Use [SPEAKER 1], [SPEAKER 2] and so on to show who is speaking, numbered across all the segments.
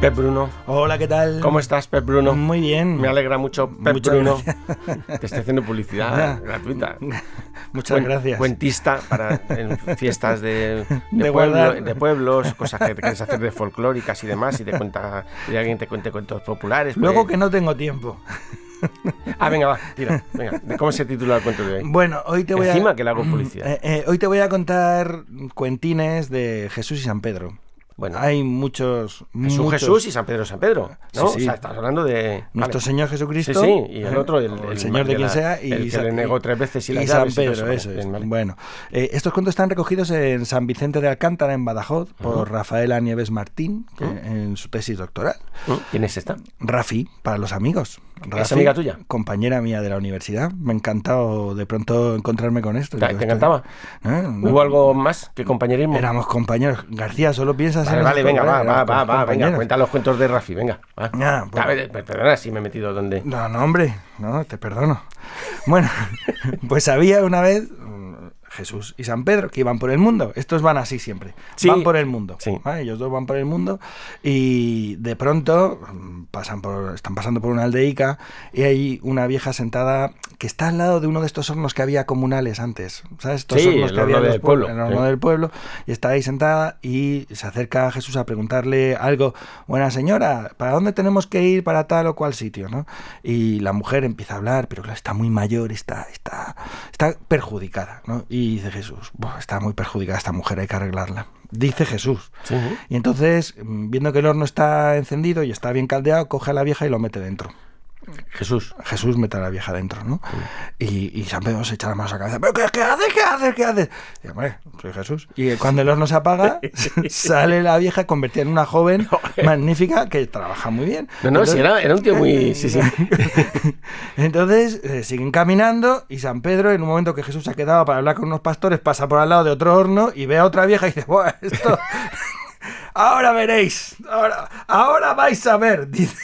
[SPEAKER 1] Pep Bruno.
[SPEAKER 2] Hola, ¿qué tal?
[SPEAKER 1] ¿Cómo estás, Pep Bruno?
[SPEAKER 2] Mm. Muy bien.
[SPEAKER 1] Me alegra mucho, Pep
[SPEAKER 2] Muchas
[SPEAKER 1] Bruno.
[SPEAKER 2] gracias.
[SPEAKER 1] Te estoy haciendo publicidad
[SPEAKER 2] Ah.
[SPEAKER 1] gratuita.
[SPEAKER 2] Muchas
[SPEAKER 1] Cuen-
[SPEAKER 2] gracias.
[SPEAKER 1] Cuentista para en fiestas de, de,
[SPEAKER 2] De
[SPEAKER 1] pueblo-
[SPEAKER 2] guardar.
[SPEAKER 1] de pueblos, cosas que te quieres hacer de folclóricas y demás, y te cuenta, y alguien te cuente cuentos populares.
[SPEAKER 2] Luego
[SPEAKER 1] porque-
[SPEAKER 2] que no tengo tiempo.
[SPEAKER 1] Ah, venga, va, tira. Venga, ¿De ¿cómo se titula el cuento de hoy?
[SPEAKER 2] Bueno, hoy te voy
[SPEAKER 1] eh, Encima
[SPEAKER 2] a.
[SPEAKER 1] que le hago publicidad.
[SPEAKER 2] Eh, eh, hoy te voy a contar cuentines de Jesús y San Pedro.
[SPEAKER 1] Bueno.
[SPEAKER 2] hay muchos.
[SPEAKER 1] Jesús,
[SPEAKER 2] muchos-
[SPEAKER 1] Jesús y San Pedro, San Pedro. ¿no?
[SPEAKER 2] Sí, sí.
[SPEAKER 1] O sea, estás hablando de.
[SPEAKER 2] Nuestro
[SPEAKER 1] vale.
[SPEAKER 2] Señor
[SPEAKER 1] Sí,
[SPEAKER 2] Jesucristo.
[SPEAKER 1] sí, y el
[SPEAKER 2] ¿eh?
[SPEAKER 1] otro, el,
[SPEAKER 2] o el Señor de
[SPEAKER 1] la-
[SPEAKER 2] quien sea. Y
[SPEAKER 1] el que
[SPEAKER 2] Sa-
[SPEAKER 1] le negó
[SPEAKER 2] y-
[SPEAKER 1] tres veces y,
[SPEAKER 2] y
[SPEAKER 1] las
[SPEAKER 2] San
[SPEAKER 1] llaves y todo
[SPEAKER 2] Pedro, eso
[SPEAKER 1] Bien,
[SPEAKER 2] es.
[SPEAKER 1] vale.
[SPEAKER 2] Bueno, eh, estos cuentos están recogidos en San Vicente de Alcántara, en Badajoz, por Rafaela Nieves Martín, que- en su tesis doctoral.
[SPEAKER 1] ¿Mm? ¿Quién es esta?
[SPEAKER 2] Rafi, para los amigos. Rafi,
[SPEAKER 1] amiga tuya?
[SPEAKER 2] Compañera mía de la universidad. Me ha encantado de pronto encontrarme con esto.
[SPEAKER 1] ¿Te-
[SPEAKER 2] Digo,
[SPEAKER 1] te
[SPEAKER 2] esto-
[SPEAKER 1] encantaba?
[SPEAKER 2] ¿Eh? No,
[SPEAKER 1] ¿Hubo algo más que compañerismo?
[SPEAKER 2] Éramos compañeros. García, solo piensas
[SPEAKER 1] Vale,
[SPEAKER 2] en
[SPEAKER 1] vale,
[SPEAKER 2] esos
[SPEAKER 1] venga, va, va,
[SPEAKER 2] compañeros,
[SPEAKER 1] va, va, venga,
[SPEAKER 2] compañeros.
[SPEAKER 1] cuenta los cuentos de Rafi, venga. va.
[SPEAKER 2] Ya, pues.
[SPEAKER 1] A ver, eh, Perdona si me he metido donde.
[SPEAKER 2] No, no, hombre, no, te perdono. Bueno, pues había una vez mm, Jesús y San Pedro que iban por el mundo. Estos van así siempre.
[SPEAKER 1] Sí.
[SPEAKER 2] Van por el mundo.
[SPEAKER 1] Sí.
[SPEAKER 2] ¿vale? Ellos dos van por el mundo y de pronto mm, pasan por, están pasando por una aldeica y hay una vieja sentada que está al lado de uno de estos hornos que había comunales antes. ¿Sabes? Estos
[SPEAKER 1] Sí,
[SPEAKER 2] hornos
[SPEAKER 1] el
[SPEAKER 2] que había
[SPEAKER 1] horno
[SPEAKER 2] en los
[SPEAKER 1] del pueblo,
[SPEAKER 2] pueblos- el horno
[SPEAKER 1] sí.
[SPEAKER 2] del pueblo y está ahí sentada y se acerca a Jesús a preguntarle algo, buena señora, ¿para dónde tenemos que ir para tal o cual sitio? ¿no? Y la mujer empieza a hablar, pero claro, está muy mayor, está, está, está perjudicada. ¿no? Y dice Jesús, "Buah, está muy perjudicada esta mujer, hay que arreglarla. Dice Jesús.
[SPEAKER 1] Sí.
[SPEAKER 2] Y entonces, mm, viendo que el horno está encendido y está bien caldeado, coge a la vieja y lo mete dentro.
[SPEAKER 1] Jesús.
[SPEAKER 2] Jesús mete a la vieja dentro, ¿no? Y, y San Pedro se echa las manos a la cabeza. ¿Pero qué, qué haces? ¿Qué haces? ¿Qué haces? Y, hombre, soy Jesús. Y cuando el horno se apaga, sale la vieja convertida en una joven magnífica que trabaja muy bien.
[SPEAKER 1] No, no, si era, era un tío muy. Sí, sí.
[SPEAKER 2] Entonces eh, siguen caminando y San Pedro, en un momento que Jesús se ha quedado para hablar con unos pastores, pasa por al lado de otro horno y ve a otra vieja y dice, "Buah, esto... ahora veréis, ahora, ahora vais a ver, dice.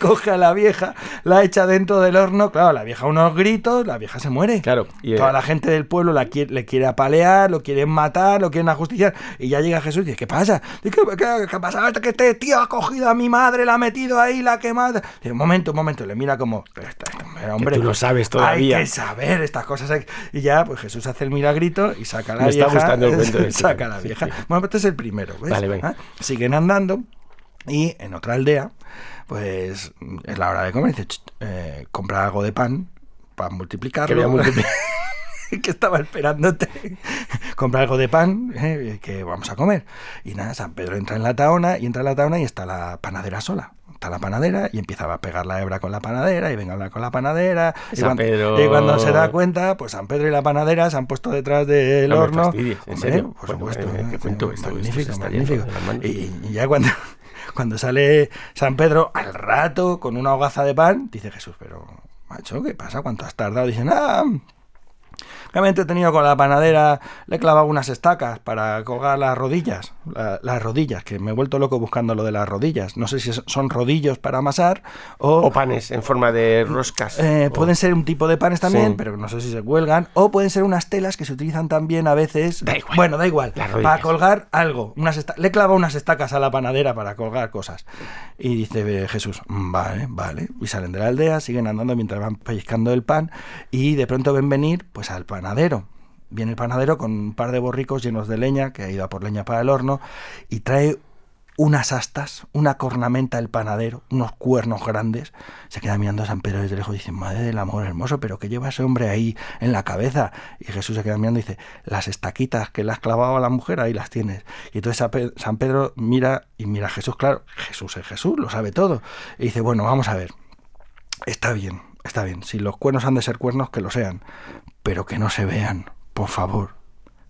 [SPEAKER 2] Coge a la vieja, la echa dentro del horno, claro, la vieja unos gritos, la vieja se muere.
[SPEAKER 1] Claro, y, eh,
[SPEAKER 2] Toda la gente del pueblo la qui- le quiere apalear, lo quieren matar, lo quieren ajusticiar. Y ya llega Jesús y dice, ¿qué pasa? Dice, ¿Qué, qué, qué pasa? Que este tío ha cogido a mi madre, la ha metido ahí, la ha quemado. Dice, un momento, un momento. Le mira como, "Pero esta- esta- hombre, hombre,
[SPEAKER 1] tú lo sabes todavía.
[SPEAKER 2] Hay que saber estas cosas. hay que-". Y ya, pues Jesús hace el milagrito y saca a la
[SPEAKER 1] Me
[SPEAKER 2] vieja.
[SPEAKER 1] está gustando el cuento este.
[SPEAKER 2] saca a la
[SPEAKER 1] Sí,
[SPEAKER 2] vieja.
[SPEAKER 1] sí.
[SPEAKER 2] Bueno, pues este es el primero, ¿ves?
[SPEAKER 1] Vale, venga.
[SPEAKER 2] ¿Ah? Siguen andando y en otra aldea, pues es la hora de comer. Dice, "Ch, eh, compra algo de pan
[SPEAKER 1] Que
[SPEAKER 2] para
[SPEAKER 1] había
[SPEAKER 2] multiplicarlo.
[SPEAKER 1] múltiples-
[SPEAKER 2] que estaba esperándote. Compra algo de pan eh, que vamos a comer. Y nada, San Pedro entra en la taona y entra en la taona y está la panadera sola. Está la panadera y empieza a pegar la hebra con la panadera y venga a hablar con la panadera. y,
[SPEAKER 1] San
[SPEAKER 2] cuando,
[SPEAKER 1] Pedro.
[SPEAKER 2] y cuando se da cuenta, pues San Pedro y la panadera se han puesto detrás del
[SPEAKER 1] No me
[SPEAKER 2] horno.
[SPEAKER 1] fastidies, ¿en
[SPEAKER 2] Hombre,
[SPEAKER 1] serio?
[SPEAKER 2] Por
[SPEAKER 1] Bueno,
[SPEAKER 2] supuesto.
[SPEAKER 1] eh, qué
[SPEAKER 2] eh,
[SPEAKER 1] cuento esto, esto se
[SPEAKER 2] magnífico,
[SPEAKER 1] está yendo
[SPEAKER 2] magnífico.
[SPEAKER 1] de las manos.
[SPEAKER 2] Y, y ya cuando, cuando sale San Pedro al rato con una hogaza de pan, dice Jesús, pero macho, ¿qué pasa? ¿Cuánto has tardado? Dicen, ah, que me he entretenido con la panadera, le he clavado unas estacas para colgar las rodillas, la- las rodillas, que me he vuelto loco buscando lo de las rodillas. No sé si es- son rodillos para amasar o...
[SPEAKER 1] O panes en forma de roscas.
[SPEAKER 2] eh,
[SPEAKER 1] O-
[SPEAKER 2] pueden ser un tipo de panes también,
[SPEAKER 1] Sí.
[SPEAKER 2] pero no sé si se cuelgan. O pueden ser unas telas que se utilizan también a veces.
[SPEAKER 1] Da igual.
[SPEAKER 2] Bueno, da igual.
[SPEAKER 1] Las
[SPEAKER 2] Para
[SPEAKER 1] rodillas.
[SPEAKER 2] colgar algo. Unas esta- Le clava unas estacas a la panadera para colgar cosas. Y dice eh, Jesús, "Mm, vale, vale. Y salen de la aldea, siguen andando mientras van pellizcando el pan. Y de pronto ven venir pues al panadero. Viene el panadero con un par de borricos llenos de leña, que ha ido a por leña para el horno, y trae unas astas, una cornamenta del panadero, unos cuernos grandes. Se queda mirando a San Pedro desde lejos y dice, madre del amor hermoso, pero ¿qué lleva ese hombre ahí en la cabeza? Y Jesús se queda mirando y dice, las estaquitas que le has clavado a la mujer, ahí las tienes. Y entonces San Pe- San Pedro mira y mira a Jesús, claro, Jesús es Jesús, lo sabe todo. Y dice, bueno, vamos a ver, está bien, está bien, si los cuernos han de ser cuernos, que lo sean, pero que no se vean, por favor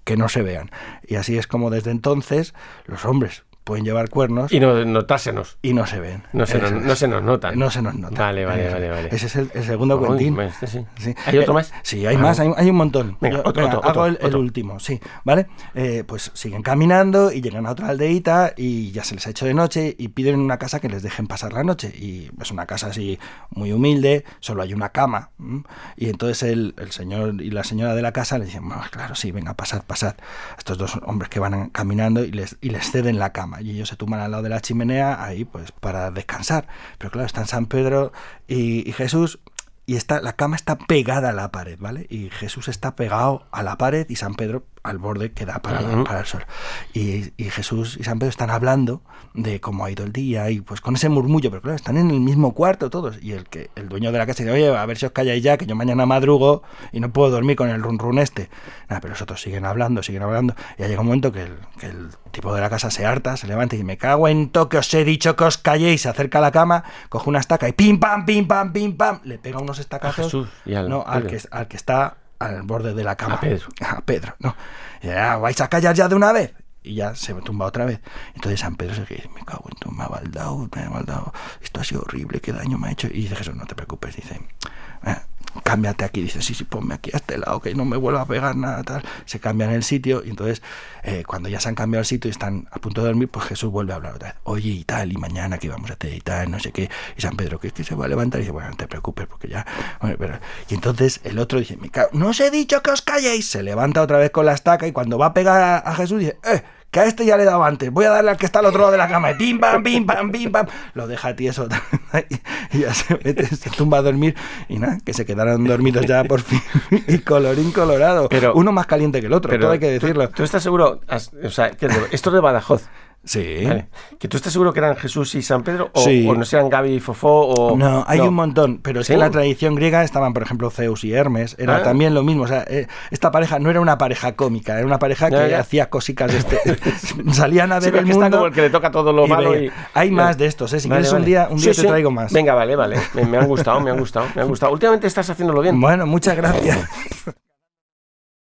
[SPEAKER 2] que no se vean. Y así es como desde entonces los hombres pueden llevar cuernos
[SPEAKER 1] Y no notársenos.
[SPEAKER 2] y no se ven.
[SPEAKER 1] No se,
[SPEAKER 2] Eso
[SPEAKER 1] nos,
[SPEAKER 2] es.
[SPEAKER 1] no se nos nota.
[SPEAKER 2] No se nos nota.
[SPEAKER 1] Vale, vale,
[SPEAKER 2] Eso es.
[SPEAKER 1] vale, vale.
[SPEAKER 2] Ese es el, el segundo
[SPEAKER 1] Uy,
[SPEAKER 2] cuentín.
[SPEAKER 1] este sí.
[SPEAKER 2] Sí.
[SPEAKER 1] ¿Hay otro
[SPEAKER 2] Eh,
[SPEAKER 1] más?
[SPEAKER 2] Sí, hay
[SPEAKER 1] Ah,
[SPEAKER 2] más, hay, hay un montón.
[SPEAKER 1] Venga, otro, otro,
[SPEAKER 2] hago
[SPEAKER 1] otro,
[SPEAKER 2] el, el
[SPEAKER 1] otro.
[SPEAKER 2] último, sí, ¿vale? Eh, pues siguen caminando y llegan a otra aldeíta y ya se les ha hecho de noche y piden una casa que les dejen pasar la noche. Y es una casa así muy humilde, solo hay una cama. ¿m? Y entonces el, el señor y la señora de la casa "Ah, le dicen, "Bueno, claro, sí, venga, pasad, pasad. A estos dos hombres que van caminando y les, y les ceden la cama. cama. Y ellos se tumban al lado de la chimenea ahí pues para descansar. Pero claro, están San Pedro y, y Jesús y está, la cama está pegada a la pared, ¿vale? Y Jesús está pegado a la pared y San Pedro al borde que da para, la-
[SPEAKER 1] Ujú.
[SPEAKER 2] para el sol. Y, y Jesús y San Pedro están hablando de cómo ha ido el día y pues con ese murmullo, pero claro, están en el mismo cuarto todos. Y el que el dueño de la casa dice, oye, a ver si os calláis ya, que yo mañana madrugo y no puedo dormir con el run run este. Nada, pero los otros siguen hablando, siguen hablando. Y ya llega un momento que el, que el tipo de la casa se harta, se levanta y me cago en to que os he dicho que os calléis. Se acerca a la cama, coge una estaca y pim pam, pim pam, pim pam. Le pega unos estacazos.
[SPEAKER 1] Jesús y al
[SPEAKER 2] no, al
[SPEAKER 1] Pedro.
[SPEAKER 2] que, al que está al borde de la cama.
[SPEAKER 1] A Pedro.
[SPEAKER 2] A Pedro, no. Ya, vais a callar ya de una vez. Y ya se tumba otra vez. Entonces San Pedro se dice, me cago en tu, me ha baldado, me ha baldado. Esto ha sido horrible, qué daño me ha hecho. Y dice Jesús, no te preocupes, dice, "Eh, cámbiate aquí. Dice, sí, sí, ponme aquí a este lado, que no me vuelva a pegar nada, tal. Se cambian el sitio y entonces eh, cuando ya se han cambiado el sitio y están a punto de dormir, pues Jesús vuelve a hablar otra vez. Oye, y tal, y mañana que vamos a hacer y tal, no sé qué. Y San Pedro, que es que se va a levantar y dice, bueno, no te preocupes porque ya... bueno, pero- Y entonces el otro dice, me cago- no os he dicho que os calléis. Se levanta otra vez con la estaca y cuando va a pegar a, a Jesús dice, eh, que a este ya le he dado antes, voy a darle al que está al otro lado de la cama. Y pim, pam, pim, pam, pim, pam. Lo deja tieso y, y ya se mete, se tumba a dormir. Y nada, que se quedaron dormidos ya por fin. Y colorín colorado.
[SPEAKER 1] Pero-
[SPEAKER 2] Uno más caliente que el otro, todo hay que
[SPEAKER 1] ¿tú-
[SPEAKER 2] decirlo.
[SPEAKER 1] ¿Tú, estás seguro? Has- o sea, que de- esto de Badajoz.
[SPEAKER 2] Sí.
[SPEAKER 1] ¿vale? ¿Que tú estás seguro que eran Jesús y San Pedro? ¿O,
[SPEAKER 2] Sí.
[SPEAKER 1] o no sean Gaby y Fofó? O,
[SPEAKER 2] No, hay un montón, pero es que
[SPEAKER 1] Oh, ¿Sí?
[SPEAKER 2] en la tradición griega estaban, por ejemplo, Zeus y Hermes, era
[SPEAKER 1] Ah.
[SPEAKER 2] también lo mismo, o sea, eh, esta pareja no era una pareja cómica, era una pareja
[SPEAKER 1] Ya,
[SPEAKER 2] que
[SPEAKER 1] ya.
[SPEAKER 2] hacía cosicas de este, salían a
[SPEAKER 1] Sí,
[SPEAKER 2] ver
[SPEAKER 1] pero
[SPEAKER 2] el
[SPEAKER 1] que está
[SPEAKER 2] mundo
[SPEAKER 1] como el que le toca todo lo
[SPEAKER 2] y
[SPEAKER 1] malo
[SPEAKER 2] veía-
[SPEAKER 1] y-
[SPEAKER 2] Hay
[SPEAKER 1] ya.
[SPEAKER 2] más de estos, ¿eh? si
[SPEAKER 1] Vale,
[SPEAKER 2] quieres un
[SPEAKER 1] vale.
[SPEAKER 2] día, un día
[SPEAKER 1] Sí,
[SPEAKER 2] te
[SPEAKER 1] sí.
[SPEAKER 2] traigo más.
[SPEAKER 1] Venga, vale, vale. Me, me han gustado, me han gustado, me han gustado. Últimamente estás haciéndolo bien.
[SPEAKER 2] Bueno, muchas gracias.